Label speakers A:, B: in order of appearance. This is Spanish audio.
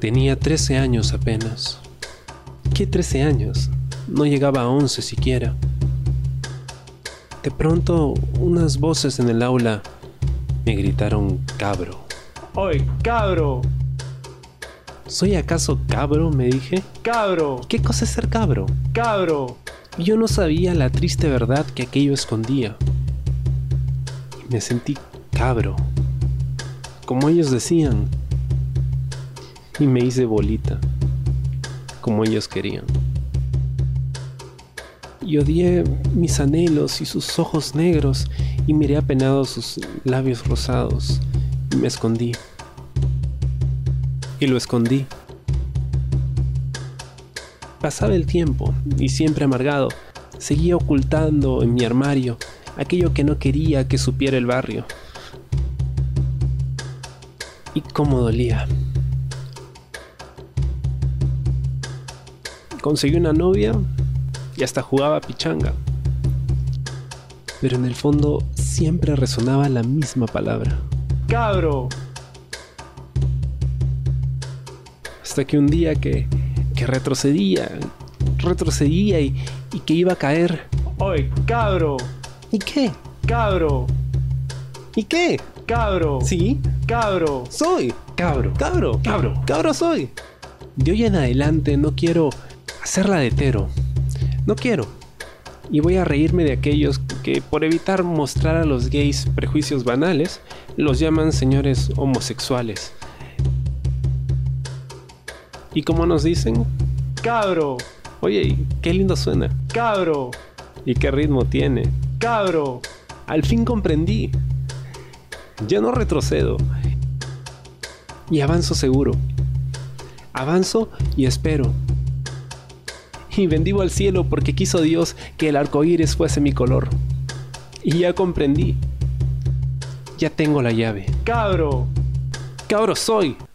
A: Tenía 13 años apenas. ¿Qué 13 años? No llegaba a 11 siquiera. De pronto, unas voces en el aula me gritaron cabro.
B: ¡Oye, cabro!
A: ¿Soy acaso cabro? me dije.
B: ¡Cabro!
A: ¿Qué cosa es ser cabro?
B: ¡Cabro!
A: Yo no sabía la triste verdad que aquello escondía. Y me sentí cabro, como ellos decían. Y me hice bolita, como ellos querían. Y odié mis anhelos y sus ojos negros y miré apenado sus labios rosados y me escondí. Y lo escondí. Pasaba el tiempo y siempre amargado, seguía ocultando en mi armario aquello que no quería que supiera el barrio. Y cómo dolía. Conseguí una novia y hasta jugaba pichanga. Pero en el fondo siempre resonaba la misma palabra.
B: ¡Cabro!
A: Hasta que un día que que retrocedía, retrocedía y, y, que iba a caer.
B: ¡Oye, cabro!
A: ¿Y qué?
B: ¡Cabro!
A: ¿Y qué?
B: ¡Cabro!
A: ¿Sí?
B: ¡Cabro!
A: ¡Soy!
B: ¡Cabro!
A: ¡Cabro!
B: ¡Cabro!
A: ¡Cabro soy! De hoy en adelante no quiero hacerla de tero. No quiero. Y voy a reírme de aquellos que, por evitar mostrar a los gays prejuicios banales, los llaman señores homosexuales. ¿Y cómo nos dicen?
B: ¡Cabro!
A: Oye, qué lindo suena.
B: ¡Cabro!
A: ¿Y qué ritmo tiene?
B: ¡Cabro!
A: Al fin comprendí. Yo no retrocedo. Y avanzo seguro. Avanzo y espero. Y bendigo al cielo porque quiso Dios que el arco iris fuese mi color. Y ya comprendí. Ya tengo la llave.
B: ¡Cabro!
A: ¡Cabro soy!